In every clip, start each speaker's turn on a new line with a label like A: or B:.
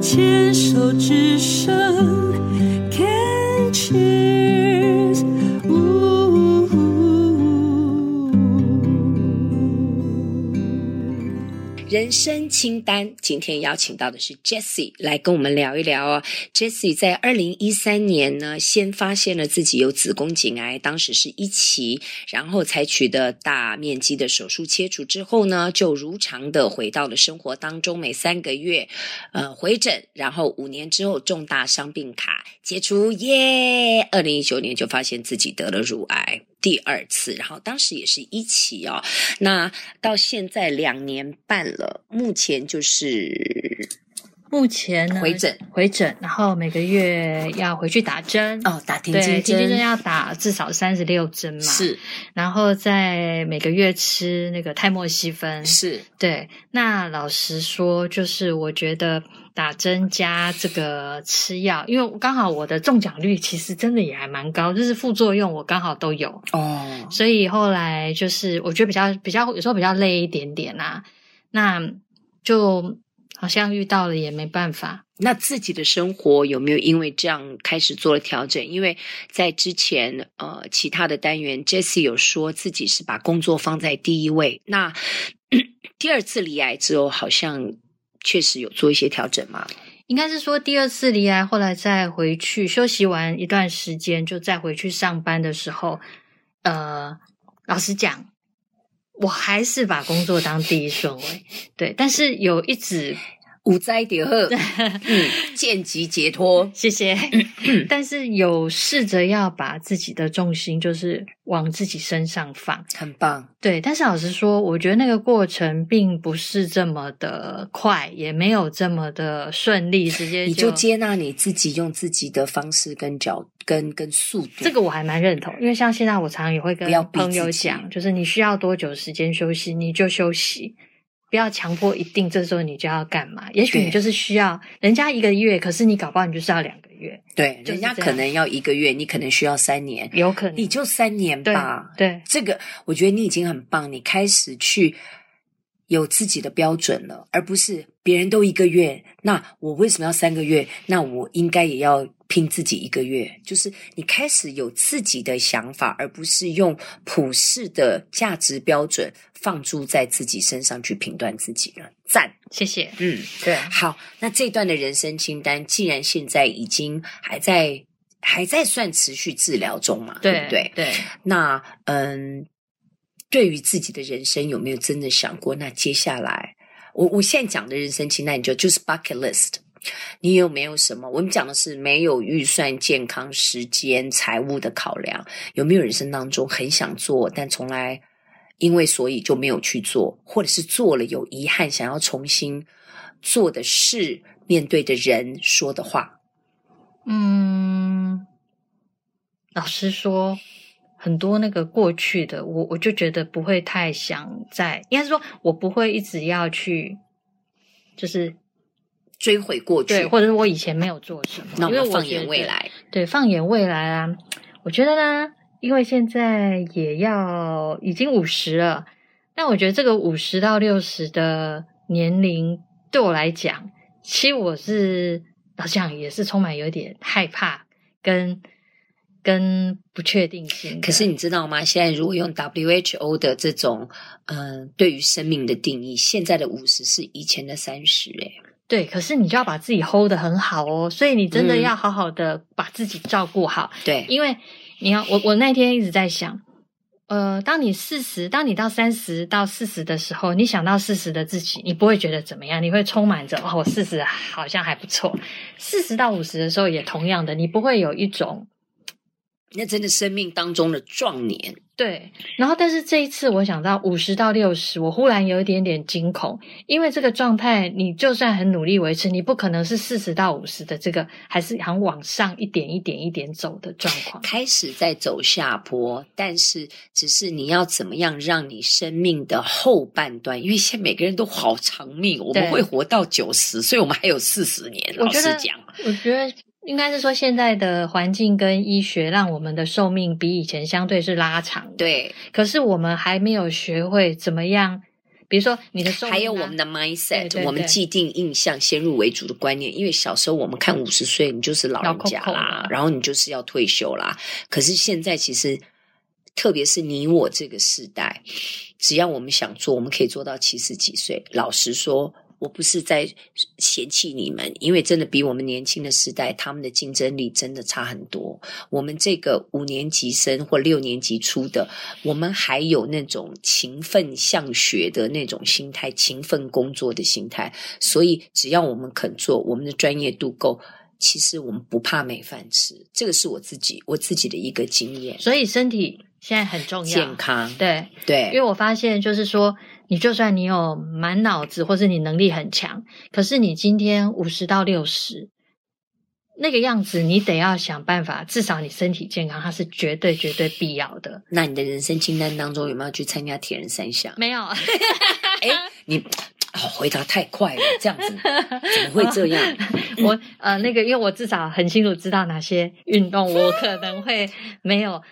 A: 牵手之声，Can cheers。人生清单，今天邀请到的是 Jessie 来跟我们聊一聊哦。Jessie 在二零一三年呢，先发现了自己有子宫颈癌，当时是一期，然后采取的大面积的手术切除之后呢，就如常的回到了生活当中，每三个月呃回诊，然后五年之后重大伤病卡解除，耶！二零一九年就发现自己得了乳癌。第二次，然后当时也是一期哦，那到现在两年半了，目前就是
B: 目前呢
A: 回诊
B: 回诊，然后每个月要回去打针。
A: 哦，打停
B: 对，
A: 经
B: 停经针
A: 针，
B: 要打至少三十六针嘛，，
A: 是
B: 然后再每个月吃那个泰莫西芬，
A: 是
B: 对。那老实说，就是我觉得打针加这个吃药，因为刚好我的中奖率其实真的也还蛮高，就是副作用我刚好都有，
A: 哦，
B: 所以后来就是我觉得比较比较有时候比较累一点点啦、那就好像遇到了也没办法，
A: 那自己的生活有没有因为这样开始做了调整？因为在之前呃其他的单元，Jesse 有说自己是把工作放在第一位，那 第二次离癌之后，好像确实有做一些调整嘛？
B: 应该是说第二次离癌，后来再回去休息完一段时间，就再回去上班的时候，呃，老实讲，我还是把工作当第一顺位，对，但是有一直
A: 五灾叠鹤，嗯，见及解脱。
B: 谢谢，但是有试着要把自己的重心就是往自己身上放，
A: 很棒，
B: 对，但是老实说，我觉得那个过程并不是这么的快，也没有这么的顺利，直接
A: 你就接纳你自己，用自己的方式跟角跟跟速度。
B: 这个我还蛮认同，因为像现在我常常也会跟
A: 不要逼
B: 朋友
A: 自己
B: 讲，就是你需要多久时间休息，你就休息，不要强迫一定这时候你就要干嘛。也许
A: 对
B: 你就是需要人家一个月，可是你搞不好你就是要两个月，
A: 对，
B: 就
A: 人
B: 是
A: 家
B: 这
A: 可
B: 样
A: 能要一个月，你可能需要三年，
B: 有可能。
A: 你就三年
B: 对
A: 吧。
B: 对
A: 这个我觉得你已经很棒，你开始去有自己的标准了，而不是别人都一个月，那我为什么要三个月？那我应该也要拼自己一个月。就是你开始有自己的想法，而不是用普世的价值标准放诸在自己身上去评断自己了。赞，
B: 谢谢。
A: 嗯。
B: 对，
A: 好，那这段的人生清单，既然现在已经还在还在算持续治疗中嘛，对
B: 对
A: 不对？
B: 对，
A: 那嗯，对于自己的人生有没有真的想过？那接下来，我我现在讲的人生清单，你就就是 bucket list。你有没有什么？我们讲的是没有预算、健康、时间、财务的考量，有没有人生当中很想做，但从来因为所以就没有去做，或者是做了有遗憾，想要重新做的事，面对的人说的话，
B: 嗯，老实说，很多那个过去的我，我就觉得不会太想再，应该是说我不会一直要去，就是
A: 追悔过去
B: 对，，或者是我以前没有做什么，
A: 那我
B: 因为
A: 们
B: 我
A: 放
B: 觉
A: 眼
B: 得
A: 未，来，
B: 对，放眼未来啊，我觉得呢，因为现在也要已经五十了，但我觉得这个五十到六十的年龄对我来讲，其实我是老实讲也是充满有点害怕跟跟不确定性的。
A: 可是你知道吗？现在如果用 WHO 的这种，嗯、对于生命的定义，现在的五十是以前的三十，哎，
B: 对，可是你就要把自己 hold 得很好哦，所以你真的
A: 嗯
B: 要好好的把自己照顾好。
A: 对，
B: 因为你要我我那天一直在想，呃，当你四十，当你到三十到四十的时候，你想到四十的自己，你不会觉得怎么样，你会充满着哦，我四十好像还不错。四十到五十的时候也同样的，你不会有一种
A: 那真的生命当中的壮年，
B: 对。然后，但是这一次我想到五十到六十，我忽然有一点点惊恐，因为这个状态，你就算很努力维持，你不可能是四十到五十的这个，还是很往上一点一点一点走的状况。
A: 开始在走下坡，但是只是你要怎么样让你生命的后半段，因为现在每个人都好长命，我们
B: 对
A: 会活到九十，所以我们还有四十年。
B: 我
A: 老
B: 觉
A: 实
B: 得
A: 讲，
B: 我觉得应该是说，现在的环境跟医学让我们的寿命比以前相对是拉长的。，
A: 对，
B: 可是我们还没有学会怎么样。比如说你的寿命啊、
A: 还有我们的 mindset，
B: 对对
A: 我们
B: 对
A: 既定印象、先入为主的观念，因为小时候我们看五十岁你就是老人家
B: 老扣扣
A: 啦
B: 啦，
A: 然后你就是要退休啦。可是现在其实，特别是你我这个时代，只要我们想做，我们可以做到七十几岁。老实说。我不是在嫌弃你们，因为真的比我们年轻的时代，他们的竞争力真的差很多。我们这个五年级生或六年级出的，我们还有那种勤奋向学的那种心态，勤奋工作的心态。所以，只要我们肯做，我们的专业度够，其实我们不怕没饭吃。这个是我自己我自己的一个经验。
B: 所以身体现在很重要。
A: 健康，
B: 对，因为
A: 对
B: 我发现就是说，你就算你有满脑子，或是你能力很强，可是你今天五十到六十那个样子，你得要想办法，至少你身体健康，它是绝对绝对必要的。
A: 那你的人生清单当中有没有去参加铁人三项？
B: 没有，
A: 哎，你哦，回答太快了，这样子怎么会 这样？
B: 我呃那个，因为我至少很清楚知道哪些运动我可能会没有，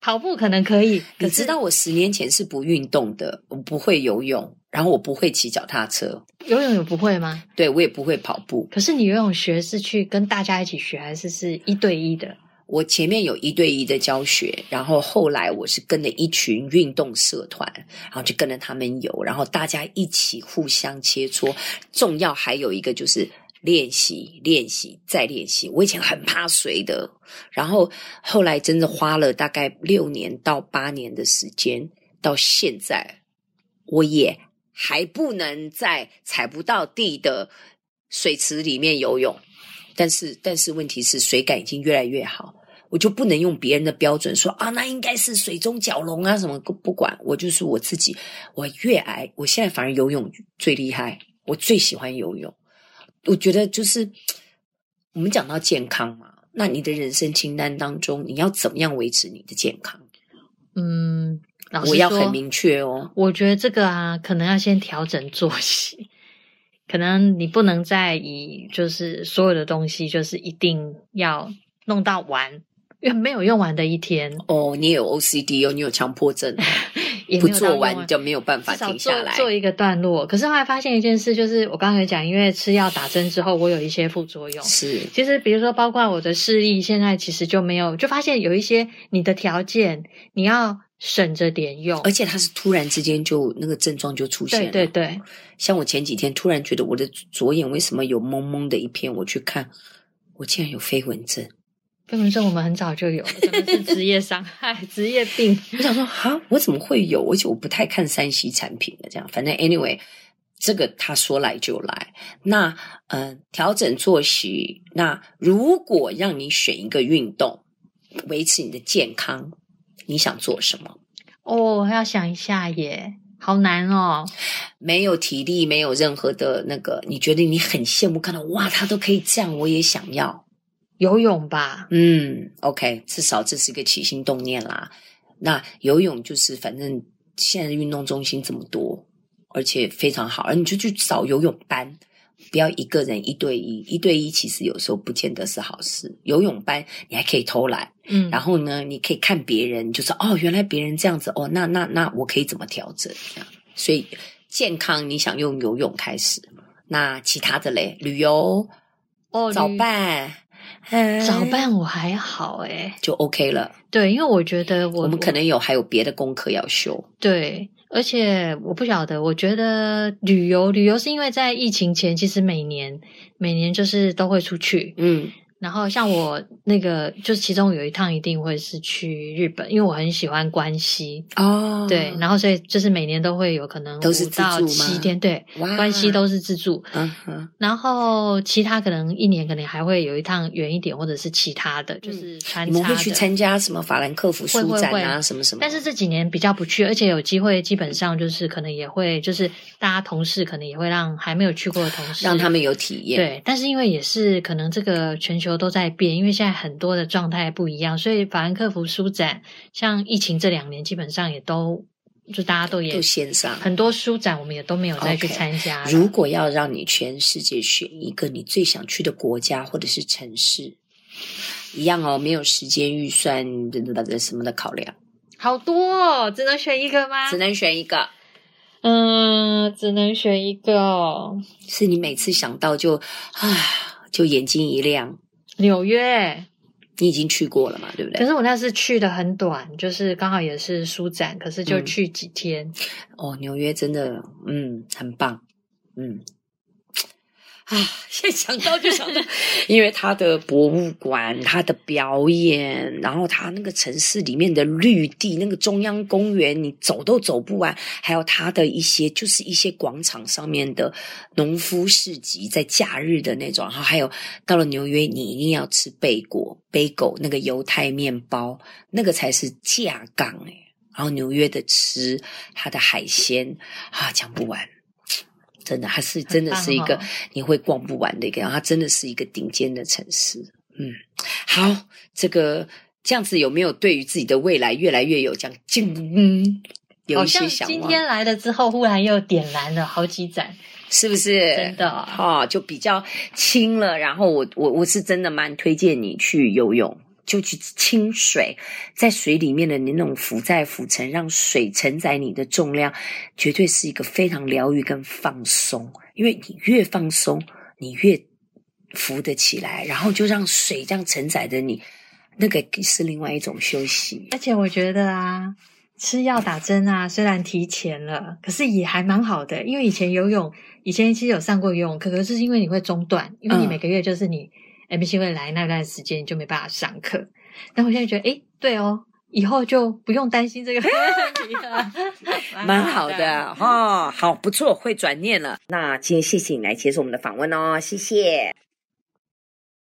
B: 跑步可能可以，可
A: 你
B: 是
A: 知道我十年前是不运动的，我不会游泳，然后我不会骑脚踏车，
B: 游泳也不会吗？
A: 对我也不会跑步。
B: 可是你游泳学是去跟大家一起学，还是是一对一的？
A: 我前面有一对一的教学，然后后来我是跟着一群运动社团，然后就跟着他们游，然后大家一起互相切磋。重要还有一个就是练习，练习再练习。我以前很怕水的，然后后来真的花了大概六年到八年的时间，到现在我也还不能在踩不到地的水池里面游泳。但是，但是问题是，水感已经越来越好，我就不能用别人的标准说啊，那应该是水中蛟龙啊什么，不不管，我就是我自己，我越矮，我现在反而游泳最厉害，我最喜欢游泳。我觉得就是我们讲到健康嘛，那你的人生清单当中，你要怎么样维持你的健康？
B: 嗯，老实
A: 我要
B: 说
A: 很明确哦。
B: 我觉得这个啊，可能要先调整作息，可能你不能再以就是所有的东西就是一定要弄到完，因为没有用完的一天，
A: 哦，你也有 OCD 哦，你有强迫症，
B: 也
A: 不
B: 没有到
A: 做
B: 用
A: 完就没有办法
B: 至少
A: 停下
B: 做
A: 来。
B: 做一个段落。可是后来发现一件事，就是我刚才讲，因为吃药打针之后，我有一些副作用。
A: 是，
B: 其实，比如说，包括我的视力，现在其实就没有，就发现有一些你的条件，你要省着点用。
A: 而且它是突然之间就那个症状就出现
B: 对
A: 了。
B: 对对，
A: 像我前几天突然觉得我的左眼为什么有蒙蒙的一片，我去看，我竟然有飞蚊症。
B: 飞蚊症我们很早就 有了，可能是职业伤害、职业病。
A: 我想说，哈，我怎么会有？而且我不太看山西产品的，这样。反正 anyway，这个他说来就来。那嗯、呃调整作息。那如果让你选一个运动，维持你的健康，你想做什么？
B: 哦，我要想一下耶，好难哦。
A: 没有体力，没有任何的那个，你觉得你很羡慕，看到哇，他都可以这样，我也想要。
B: 游泳吧，
A: 嗯，OK，至少这是一个起心动念啦。那游泳就是，反正现在的运动中心这么多，而且非常好，而你就去找游泳班，不要一个人一对一，一对一其实有时候不见得是好事。游泳班你还可以偷懒，
B: 嗯，
A: 然后呢，你可以看别人，就是哦，原来别人这样子，哦，那那那我可以怎么调整？这样，所以健康你想用游泳开始，那其他的嘞，旅游、
B: 哦
A: 早
B: 旅
A: 办，嗯，
B: 早办我还好诶，
A: 就 OK 了。
B: 对，因为我觉得我
A: 我们可能有还有别的功课要修。
B: 对，而且我不晓得，我觉得旅游旅游是因为在疫情前，其实每年每年就是都会出去，
A: 嗯，
B: 然后像我那个就是其中有一趟一定会是去日本，因为我很喜欢关西，
A: 哦
B: 对，然后所以就是每年都会有可能
A: 都是
B: 五
A: 自
B: 到
A: 助吗
B: 七天，对，
A: 哇
B: 关西都是自助，
A: 嗯哼
B: 然后其他可能一年可能还会有一趟远一点，或者是其他的，就是穿
A: 嗯你
B: 插
A: 们
B: 的。
A: 会去参加什么法兰克福书展啊，
B: 会会会
A: 什么什么？
B: 但是这几年比较不去，而且有机会基本上就是可能也会就是大家同事可能也会让还没有去过的同事
A: 让他们有体验。，
B: 对，但是因为也是可能这个全球都在变，因为现在很多的状态不一样，所以法兰克福书展像疫情这两年基本上也都就大家都也
A: 就线上。
B: 很多书展我们也都没有再去
A: OK
B: 参加了。
A: 如果要让你全世界选一个你最想去的国家或者是城市，一样哦，没有时间、预算、什么的考量，
B: 好多哦，只能选一个吗？
A: 只能选一个。
B: 嗯，呢，只能选一个哦、
A: 是你每次想到就啊，就眼睛一亮。
B: 纽约。
A: 你已经去过了嘛，对不
B: 可
A: 对？
B: 是我那次去的很短，就是刚好也是书展，可是就
A: 嗯
B: 去几天。
A: 哦，纽约真的，嗯，很棒，嗯。啊，现在想到就想到，因为它的博物馆、它的表演，然后它那个城市里面的绿地、那个中央公园，你走都走不完，还有它的一些就是一些广场上面的农夫市集，在假日的那种，然后还有到了纽约，你一定要吃贝果、贝狗那个犹太面包，那个才是架杠诶、然后纽约的吃，它的海鲜啊，讲不完，真的，它是真的是一 个
B: 棒哦
A: 你会逛不完的一个，它真的是一个顶尖的城市。嗯，好，这个这样子有没有对于自己的未来越来越有这样进嗯有
B: 好
A: 一些
B: 像
A: 想
B: 今
A: 望？
B: 天来了之后，忽然又点燃了好几盏，
A: 是不是？
B: 真的啊
A: 哦，就比较轻了。然后我我我是真的蛮推荐你去游泳，就去清水，在水里面的那种浮在浮沉，让水承载你的重量，绝对是一个非常疗愈跟放松。因为你越放松，你越浮得起来，然后就让水这样承载着你，那个是另外一种休息。
B: 而且我觉得啊，吃药打针啊，虽然提前了，可是也还蛮好的。因为以前游泳，以前其实有上过游泳课，可是因为你会中断，因为你
A: 嗯
B: 每个月就是你 MC 会来那段时间，你就没办法上课。然后我现在觉得，诶，对哦，以后就不用担心这个问题了，
A: 蛮好的。啊哈、哦，好不错，会转念了。那今天谢谢你来接受我们的访问哦，谢谢。